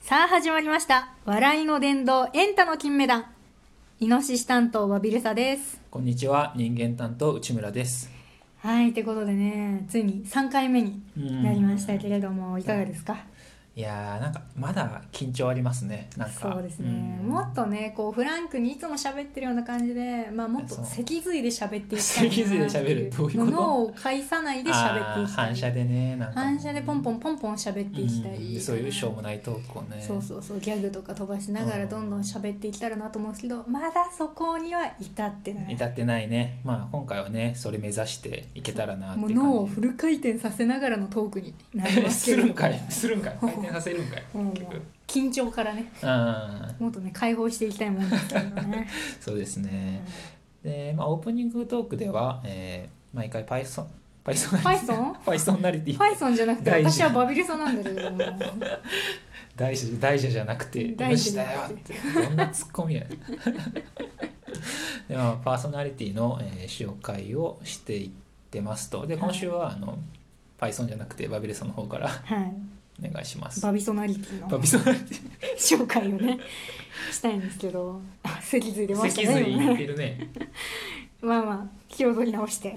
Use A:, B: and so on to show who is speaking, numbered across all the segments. A: さあ始まりました笑いの殿堂エンタの金メダルイノシシ担当はビルサです
B: こんにちは人間担当内村です
A: はいということでねついに3回目になりましたけれどもいかがですか
B: いやーなんかまだ緊張ありますねなんか
A: そうですね、
B: うん
A: もっとねこうフランクにいつも喋ってるような感じで、まあ、もっと
B: そう
A: 脊髄で喋っていきたいなっていう
B: 脊髄で喋るどういうこと
A: ものを介さないで喋っていき
B: あー
A: たい
B: 反射でねなんか
A: 反射でポンポンポンポン喋っていきたい、
B: うんそういうしょうもないトークをね
A: そうそうそうギャグとか飛ばしながら
B: うん
A: どんどん喋っていけたらなと思うんですけど、まだそこには至ってない
B: 至ってないねまあ今回はねそれ目指していけたらなって
A: もう
B: いう感じ
A: 脳を フル回転させながらのトークになります
B: す
A: けれ
B: る
A: ど
B: んかいするんかい回転させるんかい
A: もうもう
B: 結局
A: 緊張からね
B: うん
A: もっとね解放していきたいもんですけど ね、
B: そうです
A: う
B: ね
A: ん
B: で、まあ、オープニングトークでは、えー毎回 Python Python
A: パイ ソン
B: Python なりて
A: ファイソンじゃなくて
B: 大事
A: 私はバビルソンなんだけども
B: 大事大事じゃなくて
A: 大
B: 大
A: 事
B: 事
A: じゃ
B: だよ
A: なく
B: ってどんなツッコミやでもパーソナリティの、えー、紹介をしていってますとで
A: はい
B: 今週は、あの Python じゃなくてバビレソンの方から
A: はい
B: お願いします
A: バビソナリティ
B: バ
A: の
B: ビソナリティ
A: 紹介をねしたいんですけどあ脊髄出ました
B: 脊
A: ね
B: 髄
A: 今
B: 言っ
A: ね
B: てるね、
A: まあまあ気を取り直して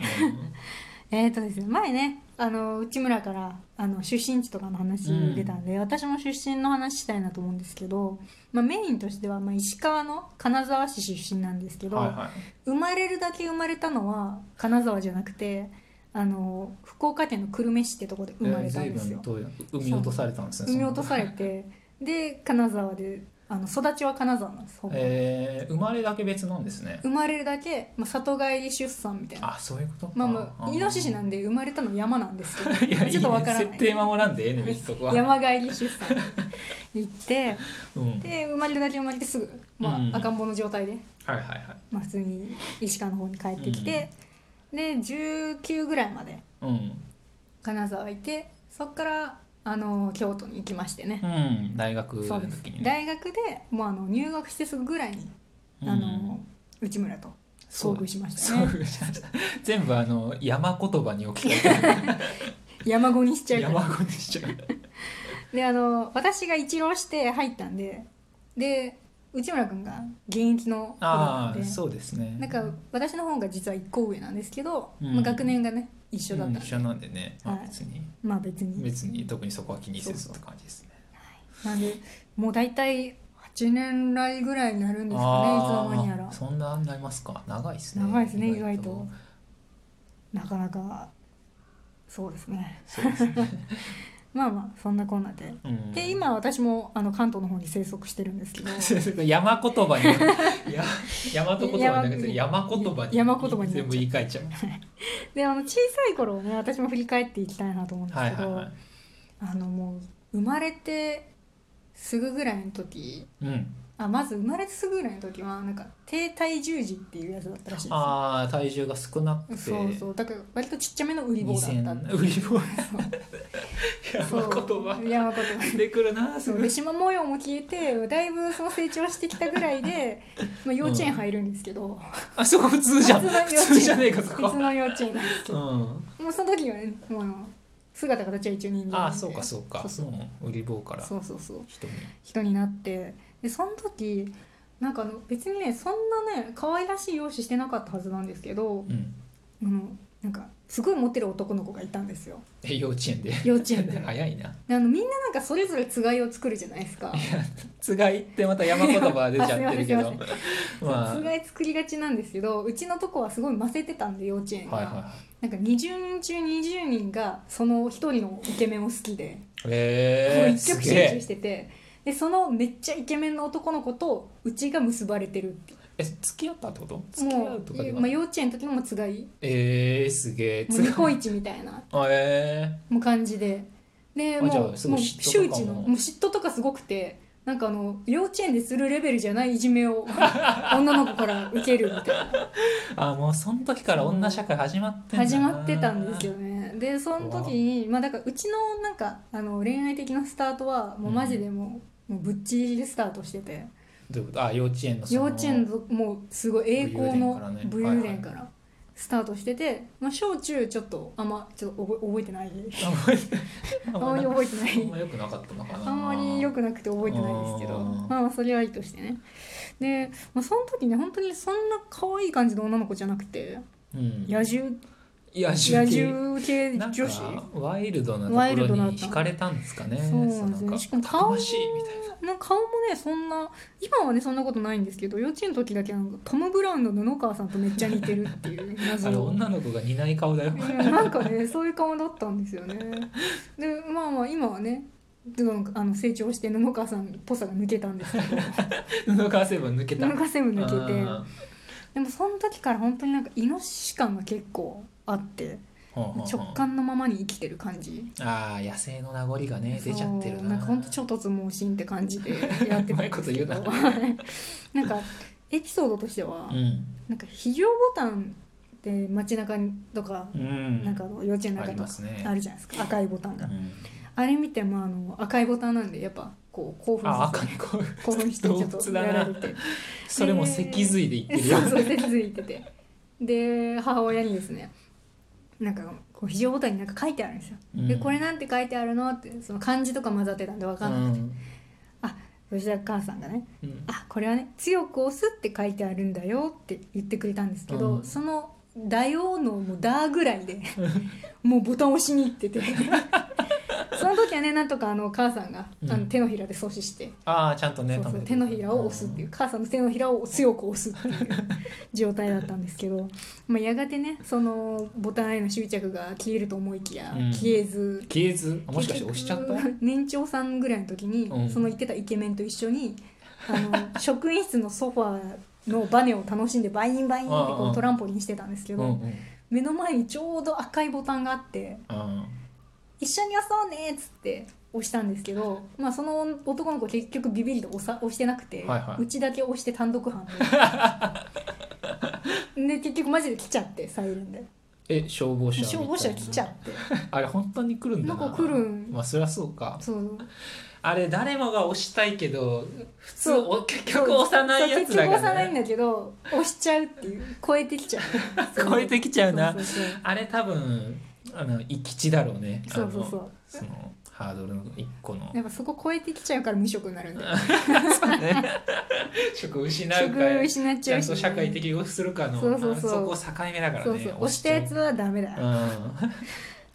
A: えっとですね前ねあの内村からあの出身地とかの話出たんで、私も出身の話したいなと思うんですけど、まあ、メインとしては、まあ、石川の金沢市出身なんですけ
B: うん、
A: ど、
B: はいは
A: 生まれるだけ生まれたのは金沢じゃなくてあの福岡県の久留米市ってとこで
B: い
A: 生まれた
B: 随
A: んですよ
B: 分。遠い産み落とされたんですね
A: 産み落とされ
B: た
A: てで金沢であの育ちは金沢なんですほぼ、
B: えー、生まれだけ別なんですね
A: 生まれるだけ、まあ、里帰り出産みたいな
B: あそういうこと
A: まあまあイノシシなんで生まれたの山なんですけ
B: いや
A: どちょっとわからな
B: い
A: い
B: ね設定守らんでええねん別にそこは、
A: 山帰り出産に行って
B: うん、
A: で生まれるだけ生まれてすぐ、まあ
B: うん
A: 赤ん坊の状態で、
B: はいはいはい
A: まあ、普通に石川の方に帰ってきて、で19ぐらいまで
B: うん
A: 金沢いてそっからあの京都に行きましてね、
B: うん、大学の
A: そうです
B: 時にね。
A: 大学でもうあの入学してすぐぐらいに、
B: うん
A: あの内村と遭遇しました
B: 遭
A: ね
B: 遇しました。全部あの山言葉に置き換
A: 山子にしち
B: え
A: ゃ
B: て
A: うから
B: 山語にし ちゃう。
A: であの私が一浪して入ったんでで内村君が現役の子な
B: あ
A: んで
B: あ、そうですね。
A: なんか私の方が実は1個上なんですけど、
B: うん
A: まあ、学年がね一緒だったん
B: うん
A: で、
B: 一緒なんでね。まあ
A: はい
B: 別に
A: まあ別に
B: 別に特にそこは気にせずって感じですね。
A: なんでもう大体8年来ぐらいになるんですかねいつの
B: あ
A: 間にやら
B: あ、そんなになりますか。長いですね。
A: 長いですね意。なかなかそうですね
B: そうですね。
A: まあまあそんなこんなで、
B: うん
A: で。今私もあの関東の方に生息してるんですけど
B: 山言葉に、や山と言葉じゃなくて山言葉に
A: 山言葉になっちゃう
B: 全部言い換えちゃう。
A: であの小さい頃をね私も振り返っていきたいなと思うんです
B: は
A: け
B: い
A: ど、
B: はいはい。
A: あのもう生まれてすぐぐらいの時
B: うん。
A: あまず生まれてすぐぐらいの時はなんか低体重児っていうやつだったらしいで
B: ああ、体重が少なくて。
A: すよそうそうだから割とちっちゃめの売り棒だったっていう
B: 売り棒
A: そう
B: 山 言葉
A: 山言葉
B: 出てくるなす
A: そう
B: ご
A: で
B: い
A: しま模様も消えてだいぶその成長してきたぐらい で、まあ、幼稚園入るんですけど、
B: あそこ普通じゃん
A: 普通の幼稚
B: 普
A: 園
B: 通じゃねえかそ
A: 普通
B: こ
A: の幼稚園なんですけ
B: う
A: ど、
B: ん
A: もうその時はねもう姿形は一応人間なん
B: あ
A: で
B: あそうかそうか
A: そうそう
B: うん売り棒から
A: そうそうそう
B: 人に
A: 人になってでその時なんかあの別にねそんなね可愛らしい容姿してなかったはずなんですけど、
B: うん
A: あのなんかすごいモテる男の子がいたんです よ
B: え幼稚園で
A: 幼稚園で
B: 早いな
A: であのみんななんかそれぞれつがいを作るじゃないですか
B: つがいってまた山言葉出ちゃってるけ
A: あす
B: ど
A: いま
B: ま
A: つ
B: あはい
A: がい作りがちなんですけどうちのとこはすごいませてたんで幼稚園が、
B: はいは
A: なんか20人中20人がその一人のイケメンを好きで、
B: いえ
A: もう
B: ー
A: 一
B: す
A: 極
B: げ
A: 集中
B: え
A: しててでそのめっちゃイケメンの男の子とうちが結ばれてるっていう
B: え付き合ったってこと付き合
A: も
B: うとかで
A: う、ま
B: は
A: あ、
B: ない
A: 幼稚園の時もつがい
B: えーすげえ
A: も
B: つ
A: うニ
B: が
A: コ
B: い
A: イチみたいな
B: あえ
A: もう感じでで
B: あ
A: もう
B: じゃあ
A: もう
B: すごい
A: 周
B: 嫉妬とか
A: 知
B: も
A: のもう嫉妬とかすごくてなんかあの幼稚園でするレベルじゃないいじめを 女の子から受けるみたいな
B: ーあもうその時から女社会始まってんだな
A: 始まってたんですよねでその時にまあだからうちのなんかあの恋愛的なスタートはもうマジでもう,、もうぶっちぎりでスタートしてて
B: どういうことあ幼稚園のそ
A: 幼
B: の
A: 稚園のもうすごい栄光の
B: 武勇伝からね
A: 武勇伝から,、スタートしてて、まあ、小中ちょっとあんまちょっと覚え覚えて ない
B: あんまり
A: あんまり覚えてな
B: あん
A: い
B: ま良くなかったのかな
A: あんまり良くなくて覚えてないですけど
B: あー
A: まあまあそれはいいとしてねで、まあ、その時ね本当にそんな可愛い感じの女の子じゃなくて
B: うん
A: 野獣
B: 野
A: 野
B: 獣
A: 獣
B: 系
A: 系
B: なん
A: 女子
B: かワイルドなと
A: ワイル
B: こ
A: ド
B: ろ
A: な
B: に惹かれたんですかね
A: そうなんですよ
B: か
A: しかも
B: た
A: 顔
B: く
A: も
B: ましいみたいな
A: なんか顔もねそんな今はねそんなことないんですけど幼稚園の時だけなんかトム・ブラウンの布川さんとめっちゃ似てるっていう 謎
B: あれ
A: の
B: 女の子が似ない顔だよ
A: いやなんかねそういう顔だったんですよねでまあまあ今はねなんかあの成長して布川さんっぽさが抜けたんですけど
B: 布川成分抜けた
A: 布川セブン抜けて
B: うん
A: でもその時から本当になんかイノシシ感が結構あって
B: ほうほうほう
A: 直感のままに生きてる感じ
B: ああ野生の名残がね出ちゃってる
A: そう
B: なん
A: か本当ちょっとつ盲信って感じ でやってたんですけど
B: うまいこと言うな
A: なんかエピソードとしては、
B: うん
A: なんか非常ボタンって街中とか、
B: うん
A: なんかあの幼稚園の
B: あ
A: 中
B: り
A: と
B: ま
A: か
B: すね
A: あるじゃないですか赤いボタン
B: う
A: が、
B: ん
A: あれ見てまああの赤いボタンなんでやっぱこう興奮
B: あ
A: し
B: 赤
A: て
B: にこう
A: 興奮してちょっ
B: 動
A: と
B: 物だ
A: や
B: な
A: られて
B: それも脊髄で言って る
A: そ
B: よ
A: うそう手続いててで母親にですねなんかこう非常ボタンになんか書いてあるんですよ、
B: うん
A: でこれなんて書いてあるのってその漢字とか混ざってたんでわかんない、そしたら母さんがね
B: うん
A: あこれはね強く押すって書いてあるんだよって言ってくれたんですけど、
B: うん
A: その「だよ」のもう「だ」ぐらい でもうボタン押しに行っててその時はねなんとかあの母さんが、あ
B: う
A: の
B: ん
A: 手のひらで阻止して、
B: ああちゃんとね
A: そうそ
B: 止
A: う
B: めて
A: 手のひらを押すっていう母さんの手のひらを強く押すっていう状態だったんですけど、まあ、やがてねそのボタンへの執着が消えると思いきや、
B: うん
A: 消えず
B: 消えずもしかして押しちゃった
A: 結局年長さんぐらいの時に、
B: うん
A: その言ってたイケメンと一緒にあの 職員室のソファーのバネを楽しんでバインバインって
B: うん
A: こ
B: う
A: うんトランポリンしてたんですけ
B: う
A: ど、
B: んうん
A: 目の前にちょうど赤いボタンがあって
B: あ
A: 「一緒に遊そうね」っつって押したんですけど、まあ、その男の子結局ビビりで押さ押してなくて、
B: はいはいう
A: ちだけ押して単独犯で で結局マジで来ちゃってサイレンで
B: え消防車みたい
A: 消
B: な
A: 防車来ちゃって
B: あれ本当に来るんだな
A: なんか来るん
B: まあそりゃそうか
A: そう
B: あれ誰もが押したいけど普通
A: そう
B: お結局押さないやつだ
A: そう結局押さな
B: から
A: いんだ
B: ね
A: けど押しちゃうっていう超えてきちゃう
B: 超えてきちゃうな
A: そうそうそう
B: あれ多分あの行き地だろうねあ
A: そう
B: の
A: そうそう
B: そのハードルの一個の
A: やっぱそこ超えてきちゃうから無職になるんだよ
B: 職失う
A: 職
B: か
A: 失っ
B: ち
A: ちゃ
B: ゃ
A: うん
B: と社会適応するかの
A: そうそうそう
B: あそこ境目だからね
A: そうそう押したやつ
B: う
A: はダメだ、
B: うん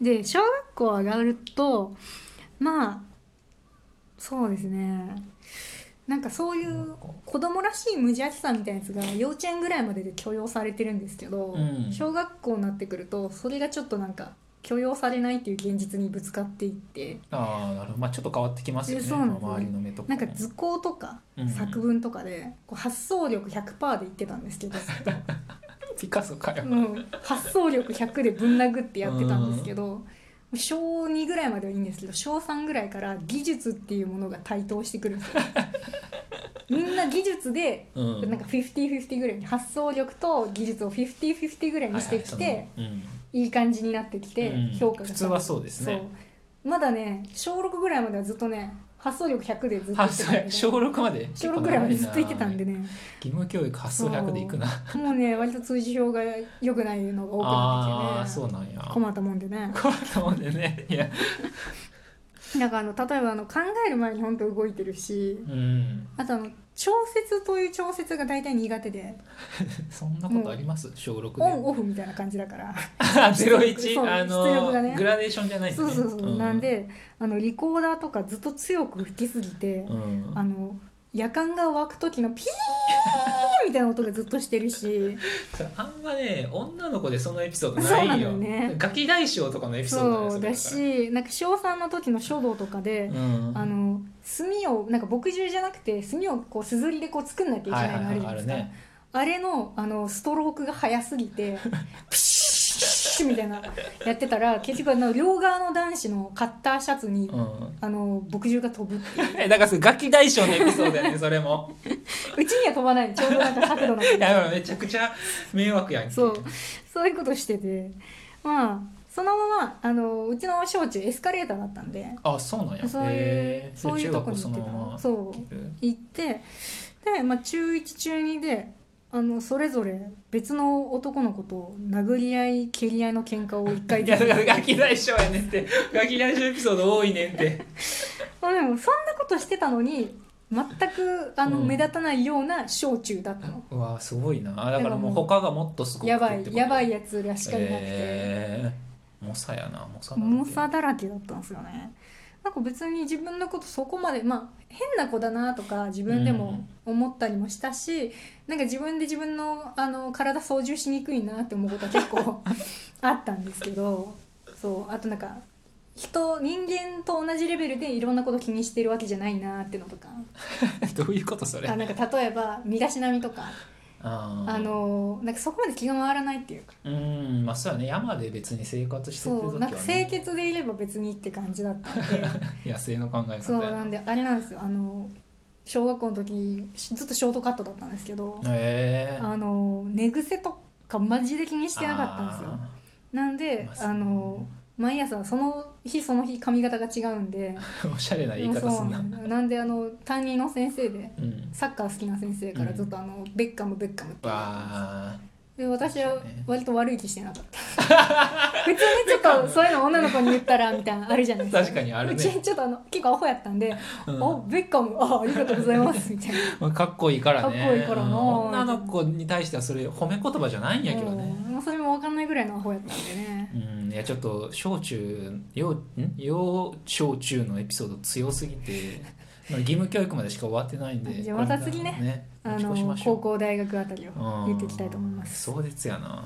A: で小学校上がるとまあそうですねなんかそういう子供らしい無邪気さみたいなやつが幼稚園ぐらいまでで許容されてるんですけど、
B: うん
A: 小学校になってくるとそれがちょっとなんか許容されないっていう現実にぶつかっていって
B: ああなるほどまあちょっと変わってきますよ
A: え
B: ね
A: そうなんですよ
B: 周りの目とか
A: なん
B: ね
A: か図工とか
B: うん
A: 作文とかでこう発想力100%で言ってたんですけど、
B: ピカソかよ
A: うん、発想力100でぶん殴ってやってたんですけど小2ぐらいまではいいんですけど小3ぐらいから技術っていうものが台頭してくるん ですよみんな技術で
B: うん
A: なんか50/50ぐらいに発想力と技術を50/50ぐらいにしてきて、
B: はいはいそのうん
A: いい感じになってきて
B: うん
A: 評価が
B: 普通はそうですね
A: そうまだね小6ぐらいまではずっとね発想力100でずっと言
B: あ
A: って
B: そ
A: たんで
B: れ小6まで
A: 小6ぐらいまでずっと言ってたんでね
B: 義務教育発想100でいくな
A: もうね割と通じ表が良くないのが多く
B: あ
A: な
B: あ
A: ってきて
B: そ
A: ね
B: うなんや
A: 困ったもんでね
B: 困ったもんでねいや
A: だからあの例えばあの考える前に本当動いてるし
B: うん
A: あとあの調節という調節が大体苦手で
B: そんなことあります小6
A: オン
B: で
A: オフみたいな感じだから
B: あゼロ一
A: そう
B: あ
A: 出力が
B: の
A: ね
B: グラデーションじゃないんだ
A: そう
B: ね
A: そうそう、
B: ん
A: なんであのリコーダーとかずっと強く吹きすぎて、
B: うん
A: あの夜間が湧く時のピーみたいな音がずっとしてるし
B: それあんまね女の子でそのエピソード
A: そうなの
B: ない
A: よ
B: よ
A: ね
B: ガキ大将とかのエピソード
A: そう
B: だ
A: だ
B: よれ
A: しなんか小3の時の書道とかで、
B: うん
A: あの炭をなんか墨汁じゃなくて炭をこうすずりでこう作んなきゃい
B: はい
A: け
B: は
A: ない
B: い
A: の
B: は
A: ある
B: い
A: じゃないで
B: ある
A: すか、
B: ね
A: あれのあのストロークが早すぎ てプシュッみたいなやってたら結局あの両側の男子のカッターシャツに、
B: うん
A: あの墨汁が飛ぶっていう
B: えだからそれガキ大将のエピソードやねそれも
A: うちには飛ばないちょうどなんか角度の
B: いやめちゃくちゃ迷惑やんけ
A: そうそういうことしててまあそのままあのうちの小中エスカレーターだったんで
B: あそうなんや
A: そういう
B: へー
A: そういうとこに
B: 中学校そのま
A: 行ってたそ
B: ま
A: う行ってで、まあ、中1中2であのそれぞれ別の男の子と殴り合い蹴り合いの喧嘩を一回
B: いやだからガキ大将やねんってガキ大将エピソード多いねんって
A: まあでもそんなことしてたのに全くあの、
B: うん
A: 目立たないような小中だったの
B: うわすごいなだからもう他がもっとすごく
A: やばいやばい
B: や
A: やつらしかいなくて、
B: えー、猛者やな猛者だ
A: 重さだらけだったんですよねなんか別に自分のことそこまでまあ変な子だなとか自分でも思ったりもしたし、なんか自分で自分のあの体操縦しにくいなって思うことは結 構あったんですけどそうあとなんか人人間と同じレベルでいろんなこと気にしてるわけじゃないなってのとか
B: どういうことそれ
A: あなんか例えば身だしなみとか
B: あー
A: あのなんかそこまで気が回らないっていうか
B: うんまあそうやね山で別に生活してる時
A: そ
B: は、
A: う
B: ね、
A: なんか清潔でいれば別にって感じだったんで。
B: 野生の考え
A: そう
B: 方や
A: なんであれなんですよあの小学校の時しずっとショートカットだったんですけど、
B: へえ
A: あの寝癖とかマジで気にしてなかったんですよなんで、
B: まあそう
A: あの毎朝その日その日髪型が違うんで
B: ですよ おしゃれな言い
A: もう
B: 方
A: そ
B: す
A: うんな
B: なん
A: ですなんであの担任の先生で
B: うん
A: サッカー好きな先生からずっとあの、ベッカムベッカムって言われてます
B: わ
A: で私は
B: そうですよね
A: 割と悪い気してなか った普通にちょっとそういうの女の子に言ったらみたいなのあるじゃないですか
B: 確かにあるね
A: うちちょっとあの結構アホやったんで
B: ーうん
A: おベッカムあありがとうございますみたいな
B: まあ、かっこ いいからね
A: かっこいいからな
B: うん女の子に対してはそれ褒め言葉じゃないんやけどね
A: うんもうそれも分かんないぐらいのアホやったんで
B: う
A: ね
B: んいやちょっと小中幼ん幼小中のエピソード強すぎ てまあ義務教育までしか終わってないんで
A: じゃあまた次ね
B: これからね
A: あ
B: 持ち越し
A: の
B: ましょ
A: 高
B: う
A: 校大学あたりを言っていきたいと思います
B: うん壮絶やな